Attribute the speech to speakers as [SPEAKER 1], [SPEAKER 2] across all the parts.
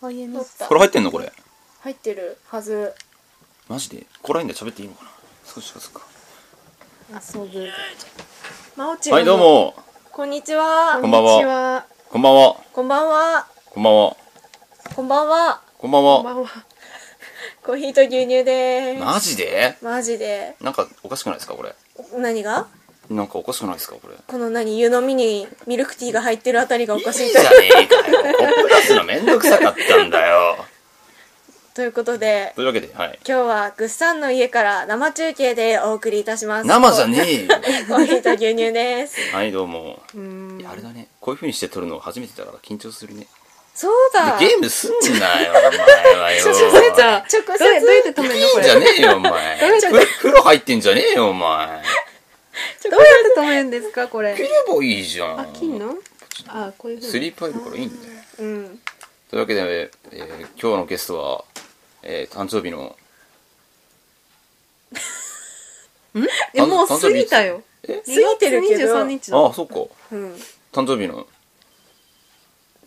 [SPEAKER 1] お湯
[SPEAKER 2] 取っ
[SPEAKER 1] 水
[SPEAKER 2] た
[SPEAKER 3] れ入ってんのこれ
[SPEAKER 2] 入ってるはず
[SPEAKER 3] マジでこらいんで喋っていいのかな少しかそっか
[SPEAKER 1] 遊ぶ
[SPEAKER 2] まおち
[SPEAKER 3] はいどうも
[SPEAKER 2] こんにちは
[SPEAKER 3] こんばんは
[SPEAKER 1] こは
[SPEAKER 3] こんばんは
[SPEAKER 2] こんばんは
[SPEAKER 3] こんばんは
[SPEAKER 2] こんばんは
[SPEAKER 3] こんばん
[SPEAKER 1] こんば
[SPEAKER 3] は
[SPEAKER 1] んは
[SPEAKER 2] コーヒーと牛乳でーす
[SPEAKER 3] マジで
[SPEAKER 2] マジで
[SPEAKER 3] なんかおかしくないですかこれ
[SPEAKER 2] 何が
[SPEAKER 3] なんかおかしくないですかこれ
[SPEAKER 2] この何湯飲みにミルクティーが入ってるあたりがおかしい
[SPEAKER 3] いいじゃねえかよコップ出すのめんどくさかったんだよ
[SPEAKER 2] ということで
[SPEAKER 3] というわけではい
[SPEAKER 2] 今日はぐっさんの家から生中継でお送りいたします
[SPEAKER 3] 生じゃねえよ
[SPEAKER 2] コーヒーと牛乳です
[SPEAKER 3] はいどうも
[SPEAKER 1] うー
[SPEAKER 3] い
[SPEAKER 1] ん
[SPEAKER 3] やあれだねこういう風にして撮るの初めてだから緊張するね
[SPEAKER 2] そう
[SPEAKER 3] で
[SPEAKER 2] だ
[SPEAKER 3] ゲームすんなよお前はよ
[SPEAKER 1] ちょちょそれじゃあ
[SPEAKER 2] 直接
[SPEAKER 1] どうやどうやって止めんのこ
[SPEAKER 3] じ
[SPEAKER 1] れ
[SPEAKER 3] ゃ
[SPEAKER 1] どう
[SPEAKER 3] ねえよお前
[SPEAKER 1] ダメだ
[SPEAKER 3] ふ風呂入ってんじゃねえよお前
[SPEAKER 1] やって止めんですかこ
[SPEAKER 3] 切れ
[SPEAKER 1] れ
[SPEAKER 3] ばいいじゃん
[SPEAKER 1] あ切んのあこういうふ
[SPEAKER 3] ス
[SPEAKER 1] うに
[SPEAKER 3] リープ入るからいいんだよ
[SPEAKER 2] うん
[SPEAKER 3] というわけで、えー今日のゲストは、えー誕生日の
[SPEAKER 1] えもう過ぎたよ
[SPEAKER 3] え
[SPEAKER 2] 過ぎてるけど
[SPEAKER 1] 2月23日だ
[SPEAKER 3] ああそっか
[SPEAKER 2] うん
[SPEAKER 3] 誕生日の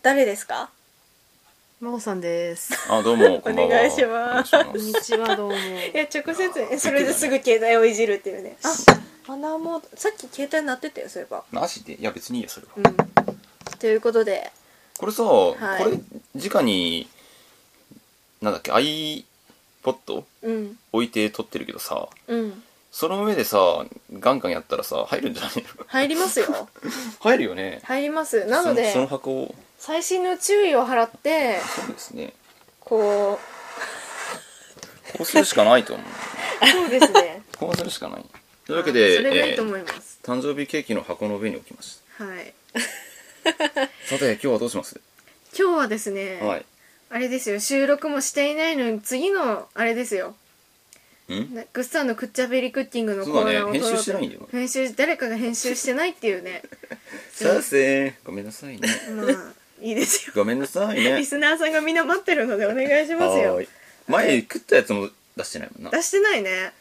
[SPEAKER 2] 誰ですか
[SPEAKER 1] 真帆さんです
[SPEAKER 3] あど うもこんば
[SPEAKER 2] お
[SPEAKER 3] んは
[SPEAKER 2] 願いします
[SPEAKER 3] お願い
[SPEAKER 1] こん
[SPEAKER 3] し
[SPEAKER 1] にちはどうも
[SPEAKER 2] いや直接えそれですぐ携帯をいじるっていうねあマナーモードさっき携帯鳴ってたよそういえば
[SPEAKER 3] マジでいや別にいいよそれは
[SPEAKER 2] うんということで
[SPEAKER 3] これさ、
[SPEAKER 2] い
[SPEAKER 3] これ直になんだっけ iPod
[SPEAKER 2] うん
[SPEAKER 3] 置いて撮ってるけどさ
[SPEAKER 2] うん
[SPEAKER 3] その上でさガンガンやったらさ入るんじゃない の
[SPEAKER 2] 入りますよ
[SPEAKER 3] 入るよね
[SPEAKER 2] 入りますなので
[SPEAKER 3] そのその箱を
[SPEAKER 2] 最新の注意を払って
[SPEAKER 3] そうですね
[SPEAKER 2] こ
[SPEAKER 3] こうするしかないと思う
[SPEAKER 2] うそうですね
[SPEAKER 3] こうするしかない というわけで、
[SPEAKER 2] それがいい
[SPEAKER 3] え
[SPEAKER 2] と
[SPEAKER 3] ー
[SPEAKER 2] 思います、
[SPEAKER 3] 誕生日ケーキの箱の上に置きまし
[SPEAKER 2] はい
[SPEAKER 3] たさて今日はどうします
[SPEAKER 2] 今日はですね、
[SPEAKER 3] はい
[SPEAKER 2] あれですよ収録もしていないのに次のあれですよ
[SPEAKER 3] ん
[SPEAKER 2] なグッサンのくっちゃべりクッキングの
[SPEAKER 3] そ
[SPEAKER 2] コ
[SPEAKER 3] う
[SPEAKER 2] ーナ
[SPEAKER 3] だね
[SPEAKER 2] ーを
[SPEAKER 3] 編
[SPEAKER 2] 撮ろうと
[SPEAKER 3] 集してないんだよ
[SPEAKER 2] 編集誰かが編集してないっていうね
[SPEAKER 3] さあせーごめんなさいね
[SPEAKER 2] まあいいですよ
[SPEAKER 3] ごめんなさい
[SPEAKER 2] リ
[SPEAKER 3] ね
[SPEAKER 2] スナーさんがみんな待ってるのでお願いします
[SPEAKER 3] は
[SPEAKER 2] よ
[SPEAKER 3] ーい前食ったやつも出してないもんな
[SPEAKER 2] 出してないね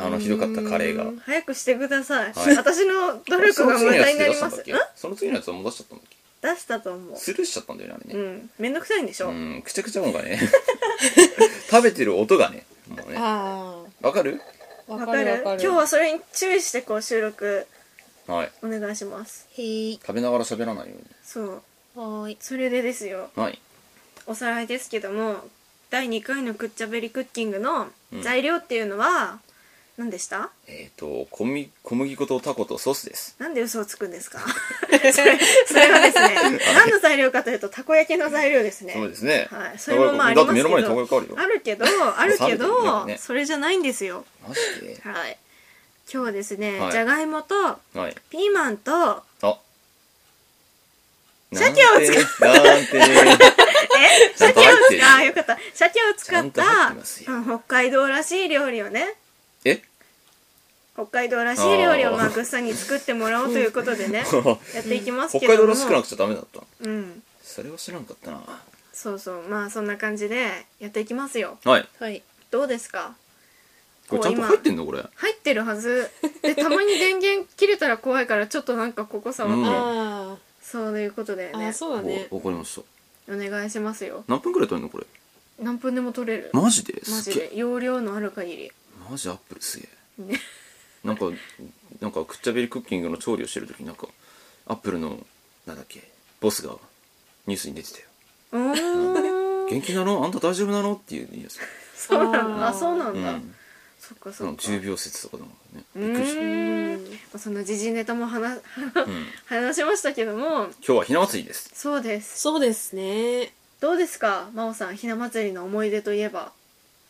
[SPEAKER 3] あのひどかったカレーが
[SPEAKER 2] うん早くしてください、
[SPEAKER 3] はい
[SPEAKER 2] 私の努力が無駄になりますん
[SPEAKER 3] その次のやつって出したんだっけその次のやつはもう出しちゃったんだっけ
[SPEAKER 2] 出したと思う
[SPEAKER 3] スルーしちゃったんだよねあれ
[SPEAKER 2] う
[SPEAKER 3] ね
[SPEAKER 2] んめんどくさいんでしょ、
[SPEAKER 3] うんくちゃくちゃ音がね 食べてる音がねもうね
[SPEAKER 1] あ
[SPEAKER 3] わかる
[SPEAKER 1] あわ
[SPEAKER 2] わ
[SPEAKER 1] か
[SPEAKER 2] か
[SPEAKER 1] る
[SPEAKER 2] る
[SPEAKER 1] わかる
[SPEAKER 2] 今日はそれに注意してこう収録
[SPEAKER 3] はい
[SPEAKER 2] お願いします
[SPEAKER 1] へい
[SPEAKER 3] 食べながら喋らないように
[SPEAKER 2] そう
[SPEAKER 1] はーい
[SPEAKER 2] それでですよ
[SPEAKER 3] はい
[SPEAKER 2] おさらいですけども第2回のくっちゃべりクッキングの
[SPEAKER 3] うん
[SPEAKER 2] 材料っていうのは、何でした
[SPEAKER 3] えっ、と小麦小麦粉とタコとソースです
[SPEAKER 2] なんで嘘をつくんです か それそれはですね何の材料かというとたこ焼きの材料ですね
[SPEAKER 3] そうですね
[SPEAKER 2] はい、それもまああり
[SPEAKER 3] だ
[SPEAKER 2] ま
[SPEAKER 3] って
[SPEAKER 2] すけ
[SPEAKER 3] 目の
[SPEAKER 2] ど
[SPEAKER 3] 前にたこ 焼きあるよ
[SPEAKER 2] あるけどあるけ
[SPEAKER 3] 冷めてるよ
[SPEAKER 2] ど、
[SPEAKER 3] ね
[SPEAKER 2] それじゃないんですよ
[SPEAKER 3] マジで
[SPEAKER 2] はい今日はですね、
[SPEAKER 3] はい
[SPEAKER 2] じゃがいもと
[SPEAKER 3] はい
[SPEAKER 2] ピーマン と
[SPEAKER 3] あ
[SPEAKER 2] 鮭を使
[SPEAKER 3] うなんてなんて
[SPEAKER 2] え
[SPEAKER 3] ちゃ
[SPEAKER 2] 鮭
[SPEAKER 3] んと
[SPEAKER 2] を
[SPEAKER 3] 入ってる
[SPEAKER 2] 使あよかった鮭を使っ
[SPEAKER 3] ちゃんと入ったてますよ
[SPEAKER 2] うん北海道らしい料理をね
[SPEAKER 3] え
[SPEAKER 2] 北海道らしい料理を
[SPEAKER 3] あー
[SPEAKER 2] まあぐっさんに作ってもらおうということで ねやっていきます
[SPEAKER 3] 北
[SPEAKER 2] けども
[SPEAKER 3] 海道らしくなくちゃダメだった
[SPEAKER 2] うん
[SPEAKER 3] それは知らんかったな
[SPEAKER 2] そうそうまあそんな感じでやっていきますよ
[SPEAKER 3] はい
[SPEAKER 1] はい
[SPEAKER 2] どうですか
[SPEAKER 3] これちゃんと
[SPEAKER 2] こう今
[SPEAKER 3] 入ってんのこれ
[SPEAKER 2] 入ってるはずでたまに電源切れたら怖いからちょっとなんかここ触って、
[SPEAKER 3] うん
[SPEAKER 1] あ
[SPEAKER 2] そういうことだよ
[SPEAKER 1] ーあ
[SPEAKER 2] ね
[SPEAKER 1] ーそうだね
[SPEAKER 3] おわかりました
[SPEAKER 2] お願いしますよ
[SPEAKER 3] 何分くらい取るのこれ
[SPEAKER 2] 何分でも取れる
[SPEAKER 3] マジで
[SPEAKER 2] マ
[SPEAKER 3] す
[SPEAKER 2] ジ
[SPEAKER 3] げえ
[SPEAKER 2] で容量のある限り
[SPEAKER 3] マジアップルすげえ、
[SPEAKER 2] ね
[SPEAKER 3] なんかなんかくっちゃべりクッキングの調理をしてる時になんかアップルのなんだっけボスがニュースに出てたよ
[SPEAKER 2] うーん
[SPEAKER 3] 「元気なのあんた大丈夫なの?」っていうニュース
[SPEAKER 2] そうなんだ
[SPEAKER 1] あー
[SPEAKER 2] あそうなん
[SPEAKER 3] う
[SPEAKER 2] だ、
[SPEAKER 3] ん
[SPEAKER 2] そっか
[SPEAKER 3] そ
[SPEAKER 2] そっ
[SPEAKER 3] の
[SPEAKER 2] か
[SPEAKER 3] 10秒説とかなんかね
[SPEAKER 2] う
[SPEAKER 3] びっくりした、
[SPEAKER 2] ーんその時事ネタも話
[SPEAKER 3] うん今
[SPEAKER 2] 話しましたけども
[SPEAKER 3] 日はひな祭りです
[SPEAKER 2] そうです
[SPEAKER 1] そうですね
[SPEAKER 2] どうですか真央さんひな祭りの思い出といえば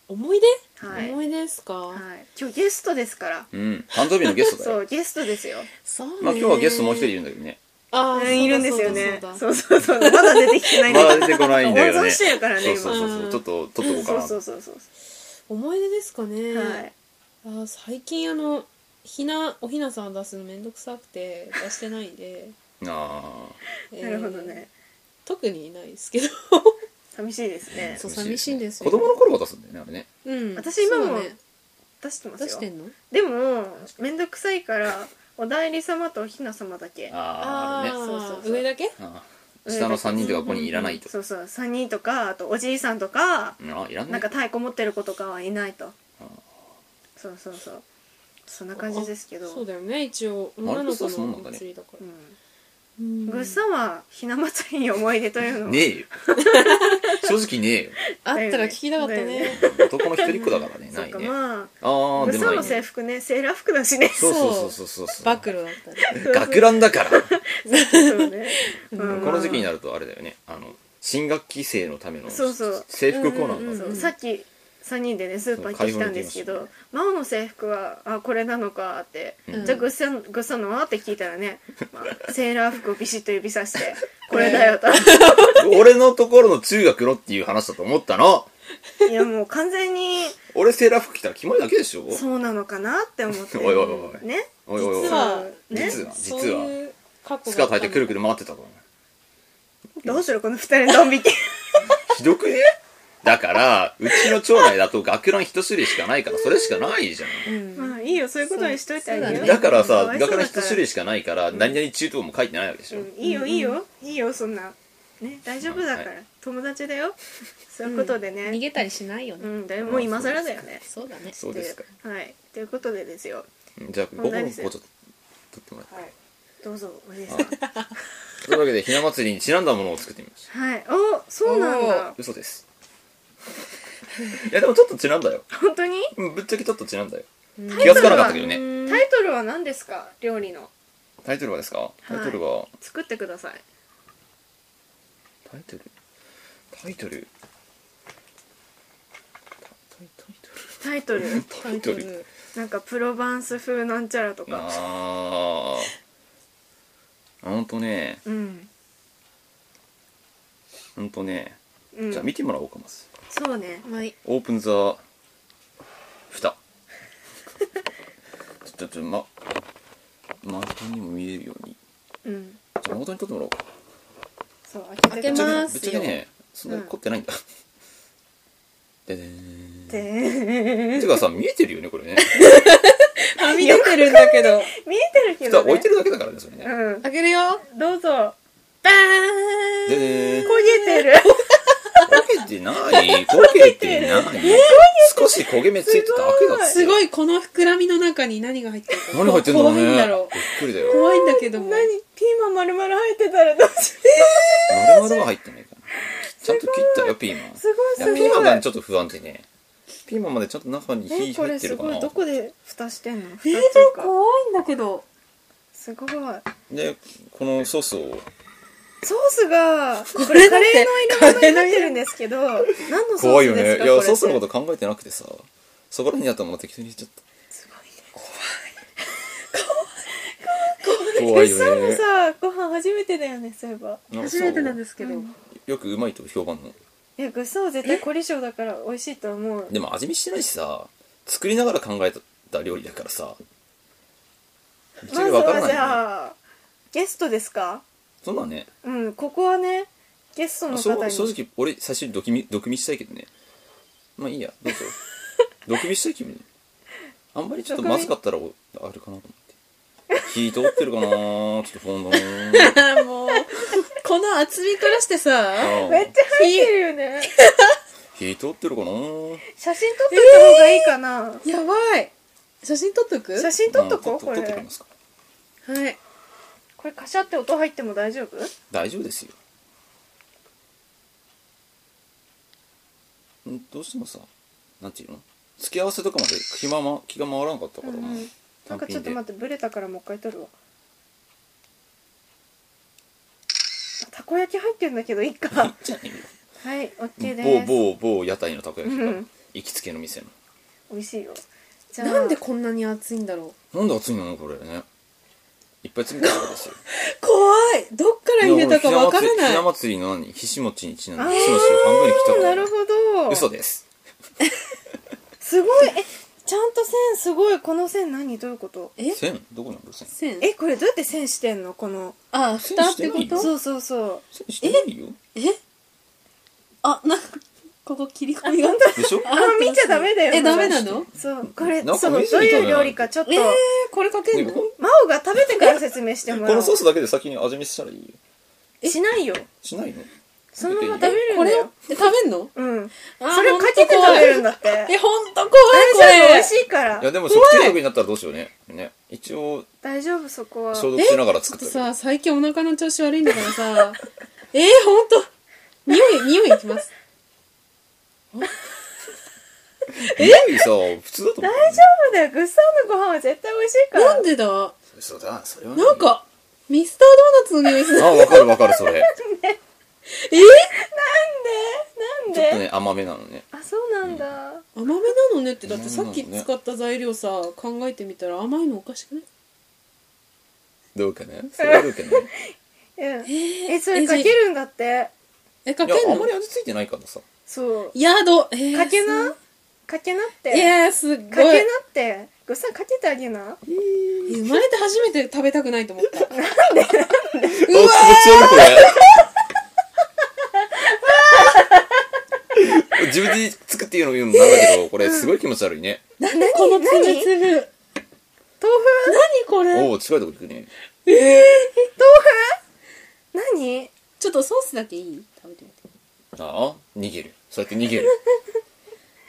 [SPEAKER 1] 思い出
[SPEAKER 2] はい、は
[SPEAKER 1] 思
[SPEAKER 2] い、
[SPEAKER 1] い出ですか
[SPEAKER 2] 今日ゲストですから
[SPEAKER 3] うん誕生日のゲストだ
[SPEAKER 2] そ
[SPEAKER 3] よ
[SPEAKER 2] うゲストですよ
[SPEAKER 1] そうね
[SPEAKER 3] まあ今日はゲストもう一人いるんだけどね
[SPEAKER 1] あ
[SPEAKER 2] う
[SPEAKER 1] ー
[SPEAKER 2] んいるんですよね
[SPEAKER 1] そうだそうだ
[SPEAKER 2] そうそうそうまだ出てきてないん
[SPEAKER 3] まだ
[SPEAKER 2] だ
[SPEAKER 3] 出てこないんだけど
[SPEAKER 2] 温
[SPEAKER 3] ね
[SPEAKER 2] 存してるからね
[SPEAKER 3] そう
[SPEAKER 2] 今
[SPEAKER 3] そうそうそうちょっと撮っとこうか
[SPEAKER 2] そう
[SPEAKER 3] な
[SPEAKER 2] そうそうそう
[SPEAKER 1] 思い出ですかね
[SPEAKER 2] はい
[SPEAKER 1] あー最近あのひなおひなさん出すのめんどくさくて出してないんで、
[SPEAKER 3] あ
[SPEAKER 1] えー
[SPEAKER 2] なるほどね
[SPEAKER 1] 特にいないです けど
[SPEAKER 2] 寂しいです
[SPEAKER 3] ー
[SPEAKER 2] ね
[SPEAKER 1] そう寂しいんです
[SPEAKER 3] 子
[SPEAKER 1] よ
[SPEAKER 3] 供の頃は出すんだよねあれね
[SPEAKER 1] うん
[SPEAKER 2] 私今も
[SPEAKER 1] そうだね
[SPEAKER 2] 出してます
[SPEAKER 1] 出し
[SPEAKER 2] よ
[SPEAKER 1] てんの
[SPEAKER 2] でもめんどくさいからお代理様とおひな様だけ
[SPEAKER 3] あああれね
[SPEAKER 1] ー
[SPEAKER 2] そうそうそう
[SPEAKER 1] 上だけ
[SPEAKER 3] あ下の3人とか5人いらないと、
[SPEAKER 2] そうそう3人とかあとおじいさんとか
[SPEAKER 3] あいらない
[SPEAKER 2] なんか太鼓持ってる子とかはいないと
[SPEAKER 3] あー
[SPEAKER 2] そうそうそうそんな感じですけど
[SPEAKER 1] そうだよね一応
[SPEAKER 3] あ
[SPEAKER 1] 女
[SPEAKER 3] れこ
[SPEAKER 1] の
[SPEAKER 3] そ
[SPEAKER 1] 子
[SPEAKER 3] そう
[SPEAKER 1] の
[SPEAKER 3] なんだね
[SPEAKER 1] 祭りだから
[SPEAKER 2] うん
[SPEAKER 1] うん
[SPEAKER 2] ぐっさんはひな祭りに思い出というのは
[SPEAKER 3] ねえよ正直ね
[SPEAKER 1] あったら聞きたかった
[SPEAKER 2] だよ
[SPEAKER 1] ね
[SPEAKER 2] ね
[SPEAKER 3] えよ男の一人っ子だから ね
[SPEAKER 2] そ
[SPEAKER 3] な
[SPEAKER 2] っ
[SPEAKER 3] い
[SPEAKER 2] か
[SPEAKER 3] ね
[SPEAKER 2] ま
[SPEAKER 3] あ
[SPEAKER 2] あ
[SPEAKER 3] あ
[SPEAKER 2] ぐっ
[SPEAKER 3] で
[SPEAKER 2] さ
[SPEAKER 3] も
[SPEAKER 2] んの
[SPEAKER 3] ないね
[SPEAKER 2] 制服ねセーラー服だし ね
[SPEAKER 3] そうそうそうそうそう
[SPEAKER 1] 暴露だったね
[SPEAKER 3] 学ランだから
[SPEAKER 2] そうね
[SPEAKER 1] うん
[SPEAKER 3] この時期になるとあれだよねあの新学期生のための
[SPEAKER 2] そうそう
[SPEAKER 3] 制服コーナーがある
[SPEAKER 1] うんうん
[SPEAKER 2] そうさっき3人でねスーパー行ってきたんですけ
[SPEAKER 3] そう
[SPEAKER 2] ど真央の制服はあこれなのかって、
[SPEAKER 3] うん
[SPEAKER 2] じゃあぐっさんぐっさんのはって聞いたら ね、まあ、セーラー服をビシッと指さして「これだよ」と。
[SPEAKER 3] 俺のところの中学のっていう話だと思ったの
[SPEAKER 2] いやもう完全に
[SPEAKER 3] 俺セーラー服着たらキモいだけでしょ
[SPEAKER 2] そうなのかなって思って
[SPEAKER 3] おいおいおい
[SPEAKER 2] ね
[SPEAKER 3] おいおいおい
[SPEAKER 1] 実は
[SPEAKER 2] ね
[SPEAKER 3] 実は
[SPEAKER 1] そう
[SPEAKER 3] 実は
[SPEAKER 1] いう過去
[SPEAKER 3] スカート履いてくるく
[SPEAKER 1] る
[SPEAKER 3] る回ってたから
[SPEAKER 2] どうするこの2人のド ン引き
[SPEAKER 3] ひどくねだからうちの町内だと学ラン一種類しかないからそれしかないじゃん
[SPEAKER 2] まあいいよそういうことにしといてあげ
[SPEAKER 1] そ
[SPEAKER 2] よ
[SPEAKER 1] う
[SPEAKER 2] う
[SPEAKER 3] だからさ、
[SPEAKER 2] わいそ
[SPEAKER 3] 学
[SPEAKER 2] うだ
[SPEAKER 3] ラン一種類しかないから、何々中とかも書いてないわけでしょ。
[SPEAKER 2] うんいいよいいよいいよそんなね大丈夫だから
[SPEAKER 3] は
[SPEAKER 2] 友達だよそういうことで
[SPEAKER 1] 逃
[SPEAKER 2] ね
[SPEAKER 1] げたりしないよ
[SPEAKER 2] う
[SPEAKER 1] ね
[SPEAKER 2] ん誰も今更だよね
[SPEAKER 1] そうだね
[SPEAKER 3] そうですか。
[SPEAKER 2] はいということでですよ
[SPEAKER 3] じゃあ、
[SPEAKER 2] ん
[SPEAKER 3] 午後の
[SPEAKER 2] 何
[SPEAKER 3] 紅
[SPEAKER 2] せ
[SPEAKER 3] 茶取ってもらって。
[SPEAKER 2] はいどうぞおじいさん
[SPEAKER 3] というわけで、ひな祭りにちなんだものを作ってみました。
[SPEAKER 2] はいおそうなんだ
[SPEAKER 3] 嘘です。いや、でもちょっとちなんだよ。
[SPEAKER 2] 本当に
[SPEAKER 3] うんぶっちゃけちょっとちなんだよ。
[SPEAKER 1] うん
[SPEAKER 3] 気がつかなかったけどね。
[SPEAKER 1] うん
[SPEAKER 2] タイトルは何ですか料理の
[SPEAKER 3] タイトルはですかタイトルは、
[SPEAKER 2] 作ってください
[SPEAKER 3] タイトルタイトルタイ
[SPEAKER 2] タイトル
[SPEAKER 3] タイトルタイトル
[SPEAKER 2] なんかプロヴァンス風なんちゃらとか
[SPEAKER 3] あー。ほんとね、
[SPEAKER 2] うん
[SPEAKER 3] ほんとね。
[SPEAKER 2] うん
[SPEAKER 3] じゃあ見てもらおうか、まず。
[SPEAKER 2] そうね
[SPEAKER 1] はい
[SPEAKER 3] オープンザ 蓋ちょっとま満タンにも見えるように
[SPEAKER 2] うん
[SPEAKER 3] じゃあ誠に撮ってもらおうか
[SPEAKER 2] そう
[SPEAKER 1] 開
[SPEAKER 2] 開
[SPEAKER 1] け
[SPEAKER 2] け
[SPEAKER 1] ま
[SPEAKER 2] て
[SPEAKER 1] す
[SPEAKER 2] ま
[SPEAKER 1] よ
[SPEAKER 3] ぶっちゃけねそんなに凝ってないんだ、ででー
[SPEAKER 2] す
[SPEAKER 3] んて
[SPEAKER 2] て
[SPEAKER 3] かさ見えてるよねこれね
[SPEAKER 1] はみ出てるんだけど
[SPEAKER 2] 見えてるけ
[SPEAKER 3] 蓋
[SPEAKER 2] どね
[SPEAKER 3] 置いてるだけだからねそれね
[SPEAKER 2] うん
[SPEAKER 1] 開けるよ
[SPEAKER 2] どうぞ
[SPEAKER 1] バー
[SPEAKER 3] で
[SPEAKER 1] ン
[SPEAKER 3] でーん
[SPEAKER 2] 焦げて る
[SPEAKER 3] 焦げてない焦げてない少し焦げ目ついてただけだって
[SPEAKER 1] すごいこの膨らみの中に何が入ってるか
[SPEAKER 3] 何入ってんだろうね
[SPEAKER 1] 怖いんだろ
[SPEAKER 3] びっくりだよ
[SPEAKER 1] う怖いんだけども
[SPEAKER 2] 何ピーマン丸々入ってたらどうしよ
[SPEAKER 3] 丸々は入ってないからちゃんと切ったよピーマン
[SPEAKER 2] うすごい
[SPEAKER 3] いや
[SPEAKER 2] すごい
[SPEAKER 3] ピーマンがちょっと不安定ねピーマンまでちょっと中に火
[SPEAKER 2] えこ
[SPEAKER 3] 入
[SPEAKER 2] れ
[SPEAKER 3] って
[SPEAKER 2] す
[SPEAKER 3] るか
[SPEAKER 2] ご
[SPEAKER 3] ない
[SPEAKER 2] どこで蓋してんの蓋
[SPEAKER 1] え
[SPEAKER 2] っ
[SPEAKER 1] ー
[SPEAKER 2] ていうか
[SPEAKER 1] 怖いんだけど
[SPEAKER 2] すごいソー
[SPEAKER 3] でこのソースを
[SPEAKER 2] スがこ
[SPEAKER 1] れ
[SPEAKER 2] れ
[SPEAKER 1] だ
[SPEAKER 2] カ
[SPEAKER 1] っ
[SPEAKER 2] レ
[SPEAKER 1] て
[SPEAKER 2] ーの入れ物になってるんですけど何のソ
[SPEAKER 3] 怖
[SPEAKER 2] ー
[SPEAKER 3] いよ
[SPEAKER 2] スで
[SPEAKER 3] ね
[SPEAKER 2] す
[SPEAKER 3] い
[SPEAKER 2] か
[SPEAKER 3] やソースのことと考えてなくてさそこら辺にあったもの適当に入れちゃった
[SPEAKER 2] すご
[SPEAKER 3] 怖
[SPEAKER 2] い
[SPEAKER 3] い
[SPEAKER 2] ねさん
[SPEAKER 3] よ
[SPEAKER 2] も
[SPEAKER 3] ね
[SPEAKER 2] さご飯初めてだよねそういえば
[SPEAKER 3] なんか
[SPEAKER 1] 初
[SPEAKER 3] そう
[SPEAKER 1] めてなんですけど、
[SPEAKER 2] うん
[SPEAKER 3] よくうまいと評判の
[SPEAKER 2] いやグッソは絶対凝り性だから美味しいと思う
[SPEAKER 3] でも味見してないしさ作りながら考えた料理だからさぶっちゃ
[SPEAKER 2] ま
[SPEAKER 3] け
[SPEAKER 2] ず
[SPEAKER 3] わから
[SPEAKER 2] は
[SPEAKER 3] ない
[SPEAKER 2] じ
[SPEAKER 3] よね
[SPEAKER 2] ゃあゲストですか
[SPEAKER 3] そうだね
[SPEAKER 2] うんここはねゲストの
[SPEAKER 3] そ
[SPEAKER 2] 方
[SPEAKER 3] う
[SPEAKER 2] に
[SPEAKER 3] 正直俺最初に毒味毒味したいけどねまあいいや どうぞ毒味したい気分あんまりちょっとまずかったらおあるかなと思って火通ってるかな ちょっと不安だな
[SPEAKER 1] もうこの厚みからしてさ
[SPEAKER 3] あ
[SPEAKER 2] めっちゃ入ってるよね
[SPEAKER 3] 火通ってるかな
[SPEAKER 2] 写真撮っといた方がいいかな、
[SPEAKER 1] やばい写真撮っとく
[SPEAKER 2] 写真撮っとこ
[SPEAKER 3] うん
[SPEAKER 2] うこ
[SPEAKER 3] 撮っとき
[SPEAKER 2] れ
[SPEAKER 3] ますか
[SPEAKER 1] はい
[SPEAKER 2] これカシャって音入っても大丈夫
[SPEAKER 3] 大丈夫ですよんどうしてもさなんていうの付き合わせとかまで気まま気が回らなかったからな、
[SPEAKER 2] うんうんなんかちょっと待
[SPEAKER 3] 単
[SPEAKER 2] ってブレたからもう一回撮るわあたこ焼き入ってるんだけどいいか は
[SPEAKER 3] 品で
[SPEAKER 2] い OK
[SPEAKER 3] じゃ
[SPEAKER 2] で
[SPEAKER 3] あいい
[SPEAKER 2] す
[SPEAKER 3] よ某某某屋台のたこ焼きが、
[SPEAKER 2] うん
[SPEAKER 3] 行きつけの店の
[SPEAKER 2] 美味しいよじゃあ
[SPEAKER 1] なんでこんなに厚いんだろ
[SPEAKER 3] なんで熱いのこれねいっぱい詰めたから ですよ
[SPEAKER 1] う怖いどっから入れたかわからない
[SPEAKER 3] ひな
[SPEAKER 1] あ
[SPEAKER 3] 祭りの何ひしもちにちなん
[SPEAKER 2] あ
[SPEAKER 3] でひしもちを半分に切った
[SPEAKER 2] ー
[SPEAKER 3] から
[SPEAKER 2] なるほど
[SPEAKER 3] 嘘です
[SPEAKER 2] すごいえちゃんと線すごいこの線何どういうこと
[SPEAKER 1] え
[SPEAKER 3] 線どこにある線
[SPEAKER 1] 線
[SPEAKER 2] えこれどうやって線してんのこの
[SPEAKER 1] あ
[SPEAKER 3] 線
[SPEAKER 1] 蓋っ
[SPEAKER 3] して
[SPEAKER 1] て
[SPEAKER 3] な
[SPEAKER 1] こ
[SPEAKER 3] いよ
[SPEAKER 1] と
[SPEAKER 2] そうそうそう
[SPEAKER 3] 線してないよ
[SPEAKER 1] えあなんかここ切り込みが
[SPEAKER 3] でしょ
[SPEAKER 2] あ見ちゃダメだよ
[SPEAKER 1] えダメなの
[SPEAKER 2] そうこれ
[SPEAKER 3] なんか
[SPEAKER 2] そうどう
[SPEAKER 3] 見せてみたい
[SPEAKER 2] い
[SPEAKER 3] な
[SPEAKER 2] う料理かちょっと、
[SPEAKER 1] えー、これかけん
[SPEAKER 3] ね
[SPEAKER 1] の
[SPEAKER 3] こ
[SPEAKER 2] 真央が食べてから説明しても
[SPEAKER 3] こ
[SPEAKER 2] らお
[SPEAKER 3] の
[SPEAKER 2] う
[SPEAKER 3] ソースだけで先に味見したらいいよ
[SPEAKER 2] しないよ
[SPEAKER 3] しないの
[SPEAKER 2] そのまま食べるん
[SPEAKER 1] こ
[SPEAKER 2] だ
[SPEAKER 1] れを
[SPEAKER 2] よ
[SPEAKER 1] え食べんの
[SPEAKER 2] うん
[SPEAKER 1] あー
[SPEAKER 2] それをかけて食べるんだって
[SPEAKER 1] えほんと怖いこ
[SPEAKER 2] 大丈夫美
[SPEAKER 1] れ
[SPEAKER 2] 味しいから
[SPEAKER 3] いやでも食中毒になったらどうしようねね一応
[SPEAKER 2] 大丈夫そこは
[SPEAKER 3] 消毒しながら
[SPEAKER 1] ちょ
[SPEAKER 3] 作
[SPEAKER 1] っ
[SPEAKER 3] っ
[SPEAKER 1] と
[SPEAKER 3] てる
[SPEAKER 1] さ最近お腹の調子悪いんだからさ えー、ほんと匂い匂いいきます
[SPEAKER 3] 匂いさ普通だと思う
[SPEAKER 2] 大丈夫だよグッサンのご飯は絶対美味しいから
[SPEAKER 1] なんでだ
[SPEAKER 3] そうだそれはね
[SPEAKER 1] なんかミスタードーナツの匂いする
[SPEAKER 3] あわかるわかるそれ
[SPEAKER 1] え
[SPEAKER 2] なん
[SPEAKER 3] ちょ
[SPEAKER 2] でな
[SPEAKER 3] っと
[SPEAKER 2] んで
[SPEAKER 3] ね甘めなのね
[SPEAKER 2] あそうなんだ
[SPEAKER 1] 甘めなのねってだってさっき使った材料さ考えてみたら甘いのおかしくない
[SPEAKER 3] どうかなそれ はどうかない
[SPEAKER 2] うんえそれかけるんだって
[SPEAKER 1] えかけ
[SPEAKER 3] や
[SPEAKER 1] ん
[SPEAKER 3] あん
[SPEAKER 1] の
[SPEAKER 3] まり味付いてないからさ
[SPEAKER 2] そう
[SPEAKER 1] やどえー、
[SPEAKER 2] かけなかけなっ
[SPEAKER 1] すい
[SPEAKER 2] て
[SPEAKER 1] やーすっ
[SPEAKER 2] か
[SPEAKER 1] ご
[SPEAKER 2] けないってグッサンかけてあげな
[SPEAKER 1] え生まれて初めて食べたくないと思った
[SPEAKER 3] うわ気持ち悪いこれ 自分で作って言うの言うのなんだけどこれすごい気持ち悪いね、
[SPEAKER 1] なんでこのつぶつぶ何
[SPEAKER 2] 豆腐
[SPEAKER 1] これ
[SPEAKER 3] おお近いとこ行くね
[SPEAKER 2] 何
[SPEAKER 1] ちょっとソースだけいい食べてみ
[SPEAKER 3] ああ逃げるそうやって逃げる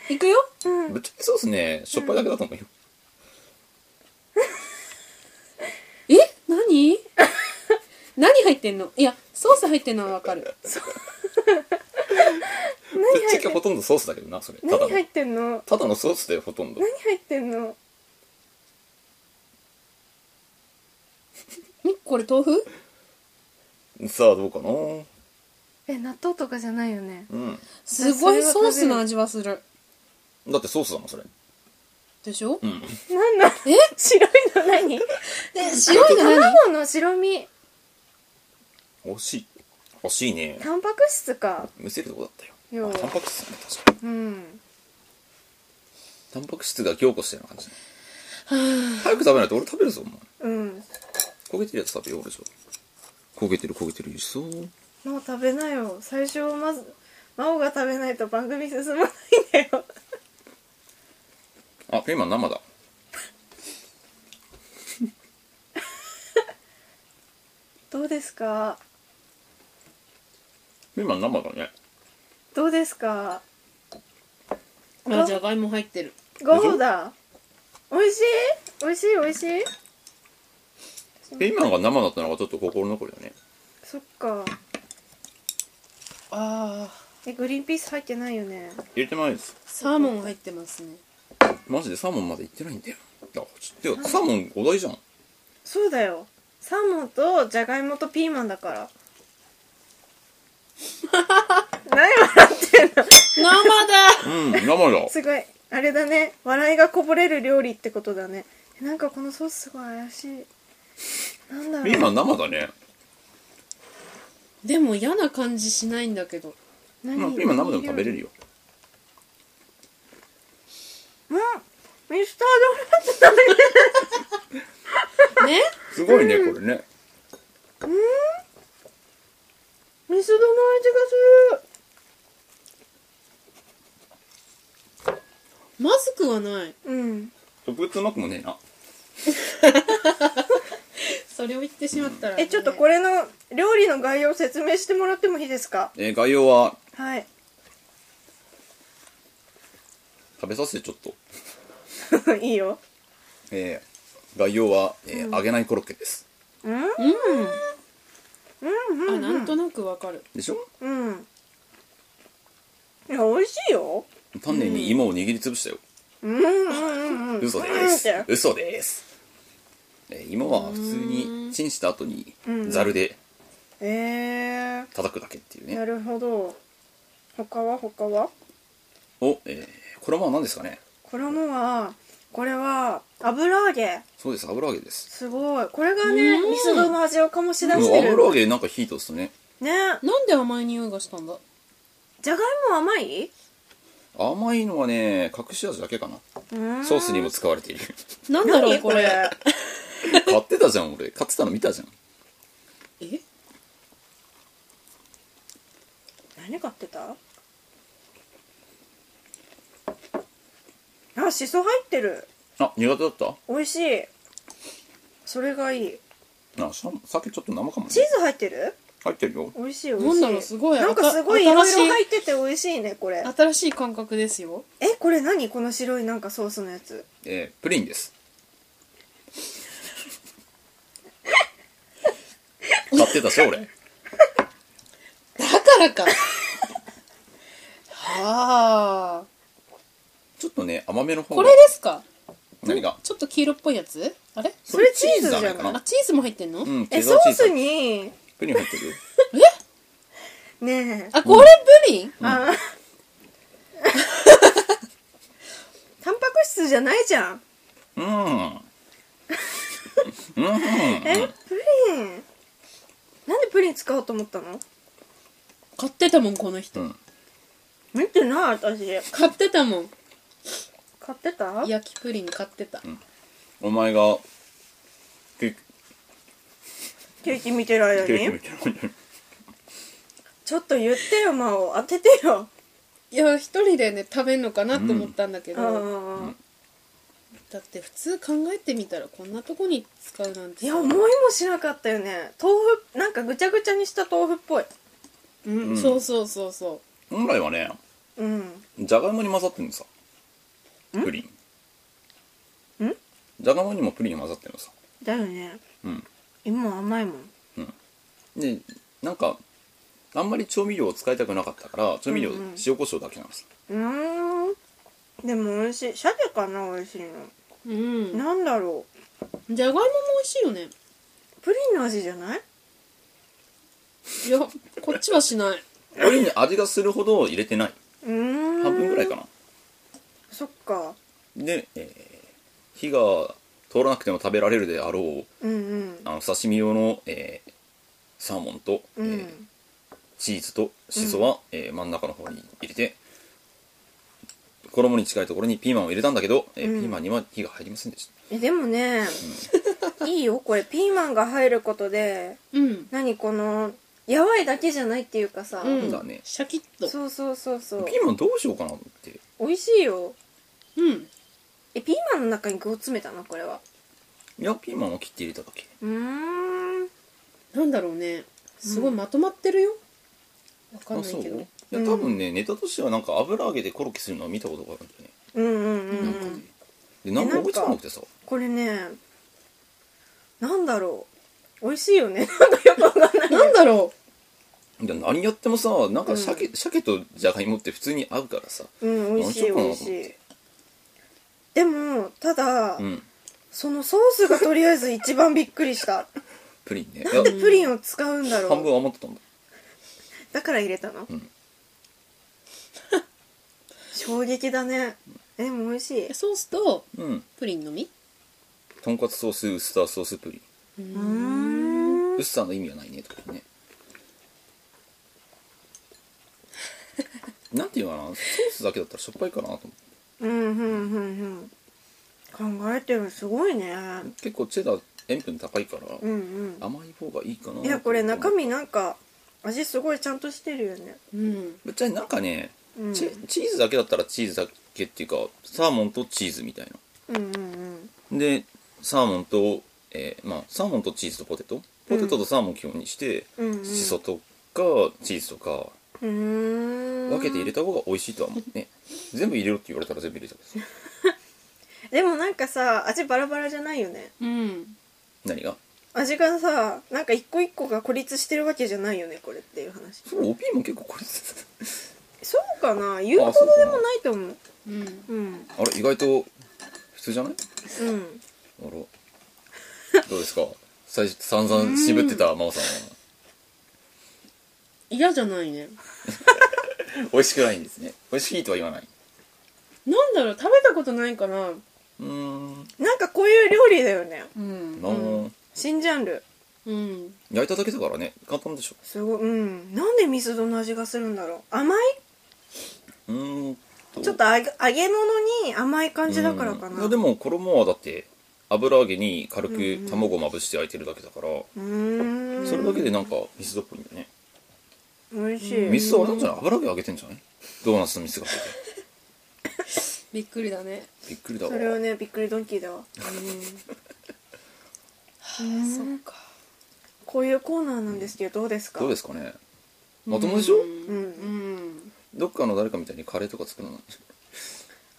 [SPEAKER 1] ていくよ
[SPEAKER 2] うん
[SPEAKER 3] ぶっちゃけソースねしょっぱいだけだと思うよ、
[SPEAKER 1] え何 何入ってんのいやソース入ってんのはわかる
[SPEAKER 3] ぶ
[SPEAKER 2] 何
[SPEAKER 3] っ
[SPEAKER 2] 入っ
[SPEAKER 3] ちゃ
[SPEAKER 2] て
[SPEAKER 3] け
[SPEAKER 2] ん
[SPEAKER 3] ほとんどソースだけどなそれただの
[SPEAKER 2] 何入ってんの
[SPEAKER 3] ただのソースだよほとんど
[SPEAKER 2] 何入ってんの
[SPEAKER 1] みこれ豆腐
[SPEAKER 3] さあどうかなう
[SPEAKER 2] え納豆とかじゃないよね
[SPEAKER 3] ん
[SPEAKER 1] すごい
[SPEAKER 2] それは食べる
[SPEAKER 1] ソースの味はする
[SPEAKER 3] だってソースだもんそれ
[SPEAKER 1] でしょ
[SPEAKER 3] うん
[SPEAKER 2] 何なの
[SPEAKER 1] え
[SPEAKER 2] 白いの何
[SPEAKER 1] で白いの何
[SPEAKER 2] 卵の白身
[SPEAKER 3] 惜しい惜しいね
[SPEAKER 2] タンパク質か
[SPEAKER 3] むせるとこだったよ
[SPEAKER 2] よう
[SPEAKER 3] あタンパク質だね確か
[SPEAKER 2] う
[SPEAKER 3] に
[SPEAKER 2] ん
[SPEAKER 3] タンパク質が凝固したような感じね早く食べないと俺食べるぞお前
[SPEAKER 2] うん
[SPEAKER 3] 焦げてるやつ食べよう俺じゃあ焦げてる焦げてるいそう
[SPEAKER 2] もう食べなよ最初まず真央が食べないと番組進まないんだよ
[SPEAKER 3] あピーマン生だ
[SPEAKER 2] どうですか
[SPEAKER 3] ピーマン生だね
[SPEAKER 2] どうですか
[SPEAKER 1] あじゃがいも入ってる
[SPEAKER 2] ご飯だ美味しい美味しい美味しい
[SPEAKER 3] ピーマンが生だったのがちょっと心残りだね
[SPEAKER 2] そっか
[SPEAKER 1] あ
[SPEAKER 2] えグリーンピース入ってないよね
[SPEAKER 3] 入れてないです
[SPEAKER 1] サーモン入ってますね
[SPEAKER 3] マジでサーモンまで行ってないんだよあちょっとサーモンお題じゃん
[SPEAKER 2] そうだよサーモンとじゃがいもとピーマンだから 何笑ってんの
[SPEAKER 1] 生だ
[SPEAKER 3] うん生だ
[SPEAKER 2] すごいあれだね笑いがこぼれる料理ってことだねえなんかこのソースすごい怪しいなんだろう
[SPEAKER 3] ピーマン生だね
[SPEAKER 1] でも嫌な感じしないんだけど
[SPEAKER 2] 何
[SPEAKER 3] まあピーマン生でも食べれるよ
[SPEAKER 2] うんミスタードーナツ食べれる
[SPEAKER 1] ね
[SPEAKER 3] すごいねこれね
[SPEAKER 2] ミスドの味がす
[SPEAKER 1] まずくはない
[SPEAKER 2] るうん
[SPEAKER 3] 特別うまくもねえな
[SPEAKER 1] それを言ってしまったら、
[SPEAKER 2] えちょっとこれの料理の概要を説明してもらってもいいですか
[SPEAKER 3] えー概要は
[SPEAKER 2] はい
[SPEAKER 3] 食べさせてちょっと
[SPEAKER 2] いいよ
[SPEAKER 3] えー概要は、えー揚げないコロッケです
[SPEAKER 2] うんうん
[SPEAKER 1] れあなんとなくわかる
[SPEAKER 3] でしょ
[SPEAKER 2] うんいや美味しいよ
[SPEAKER 3] 丹念に芋を握りつぶしたよ、
[SPEAKER 2] うんうんうん
[SPEAKER 3] 嘘です
[SPEAKER 2] うんって
[SPEAKER 3] 嘘です、えー芋は普通にチンした後にざるで
[SPEAKER 2] え
[SPEAKER 3] 叩くだけっていう
[SPEAKER 2] ー、な
[SPEAKER 3] ね、
[SPEAKER 2] るほど他は他は
[SPEAKER 3] お、えー、これは何ですかね
[SPEAKER 2] 衣はこれは油揚げ
[SPEAKER 3] そうです油揚げです
[SPEAKER 2] すごいこれがね
[SPEAKER 1] うん
[SPEAKER 2] ミスドの味を醸し出
[SPEAKER 3] で
[SPEAKER 2] し
[SPEAKER 3] も
[SPEAKER 2] て
[SPEAKER 3] 油揚
[SPEAKER 2] る
[SPEAKER 3] げなんか火通すとね
[SPEAKER 2] ね
[SPEAKER 1] なんで甘い匂いがしたんだ
[SPEAKER 2] じゃがいも甘い
[SPEAKER 3] 甘いのはね隠し味だけかな
[SPEAKER 2] うん
[SPEAKER 3] ソースにも使わ れている
[SPEAKER 1] なんだろう
[SPEAKER 2] 何
[SPEAKER 1] こ
[SPEAKER 2] こ
[SPEAKER 1] れ
[SPEAKER 2] れ
[SPEAKER 3] 買ってたじゃん俺買ってたの見たじゃん
[SPEAKER 1] え
[SPEAKER 2] 何買ってたあしそ入ってる
[SPEAKER 3] あ苦手だった
[SPEAKER 2] 美味しいそれがいい
[SPEAKER 3] あしゃ酒ちょっと生かもね
[SPEAKER 2] チーズ入ってる
[SPEAKER 3] 入ってるよ
[SPEAKER 2] 美味しい美味しい
[SPEAKER 1] なんだろうすごい
[SPEAKER 2] なんかすごいい
[SPEAKER 1] あた
[SPEAKER 2] ろ
[SPEAKER 1] 新しい
[SPEAKER 2] いろ入ってて美味しいねこれ
[SPEAKER 1] 新しい感覚ですよ
[SPEAKER 2] えこれ何この白いなんかソースのやつ
[SPEAKER 3] えー、プリンです買ってたし俺
[SPEAKER 1] だからか はあ
[SPEAKER 3] ちょっとね甘めの方
[SPEAKER 1] こ
[SPEAKER 3] が
[SPEAKER 1] れですか
[SPEAKER 3] 何が
[SPEAKER 1] ちょっと黄色っぽいやつあれ
[SPEAKER 2] それチーズじゃない
[SPEAKER 3] チか
[SPEAKER 1] あチーズも入ってんの、
[SPEAKER 3] うんチ
[SPEAKER 2] え
[SPEAKER 3] ーズ
[SPEAKER 2] ソ
[SPEAKER 3] はチ
[SPEAKER 2] ー
[SPEAKER 3] ーズ
[SPEAKER 2] スに
[SPEAKER 3] プリン入ってるよ
[SPEAKER 2] ねえ
[SPEAKER 1] あこれプリン、
[SPEAKER 2] あ タンパク質じゃないじゃん
[SPEAKER 3] うん
[SPEAKER 2] え
[SPEAKER 3] うん
[SPEAKER 2] プリンなんでプリン使おうと思ったの
[SPEAKER 1] 買ってたもんこの人、
[SPEAKER 3] うん
[SPEAKER 2] 見てない私
[SPEAKER 1] 買ってたもん
[SPEAKER 2] 買ってた
[SPEAKER 1] 焼きプリン買ってた、
[SPEAKER 3] お前がケー
[SPEAKER 2] ケーキ見てる間
[SPEAKER 3] キケーキみ
[SPEAKER 2] に
[SPEAKER 3] たいなのに
[SPEAKER 2] ちょっと言ってよ真央当ててよ
[SPEAKER 1] いや一人でね食べんのかなと思ったんだけ
[SPEAKER 2] う
[SPEAKER 1] ど、
[SPEAKER 2] んうん
[SPEAKER 1] だって普通考えてみたらこんなとこに使うなんて
[SPEAKER 2] い
[SPEAKER 1] さ
[SPEAKER 2] や思いもしなかったよね豆腐なんかぐちゃぐちゃにした豆腐っぽい
[SPEAKER 1] うん
[SPEAKER 3] うん
[SPEAKER 1] そうそうそうそ
[SPEAKER 3] 本来はね
[SPEAKER 2] うん
[SPEAKER 3] じゃがいもに混ざってんのさプリン
[SPEAKER 2] ん
[SPEAKER 3] じゃがいもにもプリン混ざってんのさ
[SPEAKER 2] だよね
[SPEAKER 3] うん
[SPEAKER 2] 芋甘いもん
[SPEAKER 3] でなんかあんまり調味料を使いたくなかったから調味料
[SPEAKER 2] うんうん
[SPEAKER 3] 塩コショウだけなんです、
[SPEAKER 2] うーんでも美味しい鮭かな美味しいの
[SPEAKER 1] ううん
[SPEAKER 2] なんだろ
[SPEAKER 1] じゃがいもも美味しいよね
[SPEAKER 2] うプリンの味じゃない
[SPEAKER 1] いやこっちはしない
[SPEAKER 3] プリンに味がするほど入れてないう
[SPEAKER 2] ーん
[SPEAKER 3] 半分ぐらいかな
[SPEAKER 2] そっか
[SPEAKER 3] で、えー火が通らなくても食べられるであろう
[SPEAKER 2] うんうん
[SPEAKER 3] あの刺身用の、えーサーモンと、
[SPEAKER 2] うん、
[SPEAKER 3] えーチーズとシソは、えー真ん中の方に入れて衣に近いところにピーマンを入れたんだけど、えー
[SPEAKER 2] うん
[SPEAKER 3] ピーマンには火が入りませんでした
[SPEAKER 2] えでもね、いいよこれピーマンが入ることで
[SPEAKER 1] うん
[SPEAKER 2] 何このやばいだけじゃないっていうかさ、
[SPEAKER 1] うん
[SPEAKER 3] だね
[SPEAKER 1] シャキッと
[SPEAKER 2] そうそうそうそう
[SPEAKER 3] ピーマンどうしようかなって
[SPEAKER 2] 美味しいよ
[SPEAKER 1] うん
[SPEAKER 2] えピーマンの中に具を詰めたのこれはい
[SPEAKER 3] やピーマンを切って入れただけ
[SPEAKER 2] うーん
[SPEAKER 1] なんだろうねすごいまとまってるよ、わかんない
[SPEAKER 3] そう
[SPEAKER 1] けど
[SPEAKER 3] いや多分ね、ネタとしてはなんか油揚げでコロッケするのは見たことがあるんだよね
[SPEAKER 2] うんうんうん、うん、
[SPEAKER 3] で何も思いつかなくてさ
[SPEAKER 2] これねなんだろう美味しいよね なんかよくわかんない
[SPEAKER 1] なんだろ
[SPEAKER 3] いや何やってもさなんか鮭,、
[SPEAKER 2] う
[SPEAKER 3] 鮭とじゃがいもって普通に合うからさ
[SPEAKER 2] うん美味しい美味しいでもただ、
[SPEAKER 3] うん
[SPEAKER 2] そのソースがとりあえず一番びっくりした
[SPEAKER 3] プリンねい
[SPEAKER 2] なんで
[SPEAKER 3] や
[SPEAKER 2] プリンを使うんだろう
[SPEAKER 3] 半分余ってたんだ
[SPEAKER 2] だから入れたの、
[SPEAKER 3] ん
[SPEAKER 2] 衝撃だねえでも美味しいう
[SPEAKER 1] ソースと
[SPEAKER 3] うん
[SPEAKER 1] プリンのみ
[SPEAKER 3] とんかつソースウスターソースプリン
[SPEAKER 1] う
[SPEAKER 2] うー
[SPEAKER 1] ん
[SPEAKER 2] ん
[SPEAKER 3] ウスターの意味はないねとか ねなんていうのかなソースだけだったらしょっぱいかなと思って
[SPEAKER 2] うんうんうんうん考えてるすごいね
[SPEAKER 3] 結構チェダー塩分高いから、
[SPEAKER 2] うん
[SPEAKER 3] 甘い方がいいかな
[SPEAKER 2] うんいやこれ中
[SPEAKER 3] 身
[SPEAKER 2] 身なんか味すごいちゃんとしてるよね
[SPEAKER 1] うん
[SPEAKER 3] ぶっちゃけなんかね、
[SPEAKER 2] うん
[SPEAKER 3] チェチーズだけだったらチーズだけっていうかサーモンとチーズみたい
[SPEAKER 2] うんうんうん
[SPEAKER 3] なでサーモンと、えーまあサーモンとチーズとポテトポテトとサーモンを基本にして、
[SPEAKER 2] うんうん
[SPEAKER 3] シソとかチーズとか
[SPEAKER 2] うーん
[SPEAKER 3] 分けて入れた方が美味しいとは思うね全部入れろって言われたら全部入れたんですよ
[SPEAKER 2] でもなんかさ味バラバラじゃないよね
[SPEAKER 1] うん
[SPEAKER 3] 何が
[SPEAKER 2] 味がさなんか一個一個が孤立してるわけじゃないよねこれっていう話
[SPEAKER 3] そうピーマン結構これ
[SPEAKER 2] そうかな言うほどでもないと思う
[SPEAKER 1] うん
[SPEAKER 2] うん
[SPEAKER 3] あれ意外と普通じゃない
[SPEAKER 2] うん
[SPEAKER 3] あらどうですか最初散々渋ってた真央さん
[SPEAKER 1] 嫌じゃないね
[SPEAKER 3] は美味しくないんですね美味しいとは言わない
[SPEAKER 1] なんだろう食べたことないから
[SPEAKER 3] うーん
[SPEAKER 2] なんかこういう料理だよね
[SPEAKER 1] うん
[SPEAKER 3] まあ、
[SPEAKER 2] 新ジャンル
[SPEAKER 1] うん
[SPEAKER 3] 焼いただけだからね簡単でしょ
[SPEAKER 2] すごいうんなんでミスドの味がするんだろう甘いう
[SPEAKER 3] ーんと
[SPEAKER 2] ちょっと揚げ揚げ物に甘い感じだからか
[SPEAKER 3] うんい
[SPEAKER 2] な
[SPEAKER 3] や
[SPEAKER 2] う
[SPEAKER 3] でも衣はだって油揚げに軽
[SPEAKER 2] うんう
[SPEAKER 3] く
[SPEAKER 2] ん
[SPEAKER 3] 卵をまぶして焼いてるだけだから、
[SPEAKER 2] ーん
[SPEAKER 3] それだけでなんかミスドっぽいんだよね
[SPEAKER 2] 美味しい
[SPEAKER 3] ミスドあれなんじゃない油揚げ揚げてんじゃないドーナツとミスが入ってて
[SPEAKER 1] びっくりだね
[SPEAKER 3] びっくりだわ
[SPEAKER 2] それは ねびっくりドンキーだ
[SPEAKER 1] う
[SPEAKER 2] わ
[SPEAKER 1] んはあそっか
[SPEAKER 2] こういうコーナーなんですけどどうですか
[SPEAKER 3] どうですかねまともでしょ
[SPEAKER 1] うんうん
[SPEAKER 3] どっかの誰かみたいにカレーとか作るの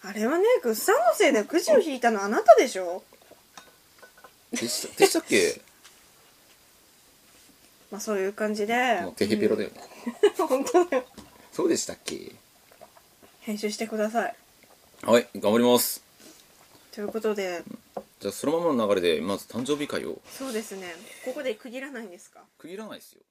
[SPEAKER 2] あれはねぐっさんのせいでくじを引いたのあなたでしょ
[SPEAKER 3] でしたでしたっけ
[SPEAKER 2] まあそういう感じで
[SPEAKER 3] もうテヘペロだよね、
[SPEAKER 2] 本当だよ
[SPEAKER 3] そうでしたっけ
[SPEAKER 2] 編集してください
[SPEAKER 3] はい頑張ります
[SPEAKER 2] ということで
[SPEAKER 3] じゃあそのままの流れでまず誕生日会を
[SPEAKER 2] そうですねここで区切らないんですか
[SPEAKER 3] 区切らないですよ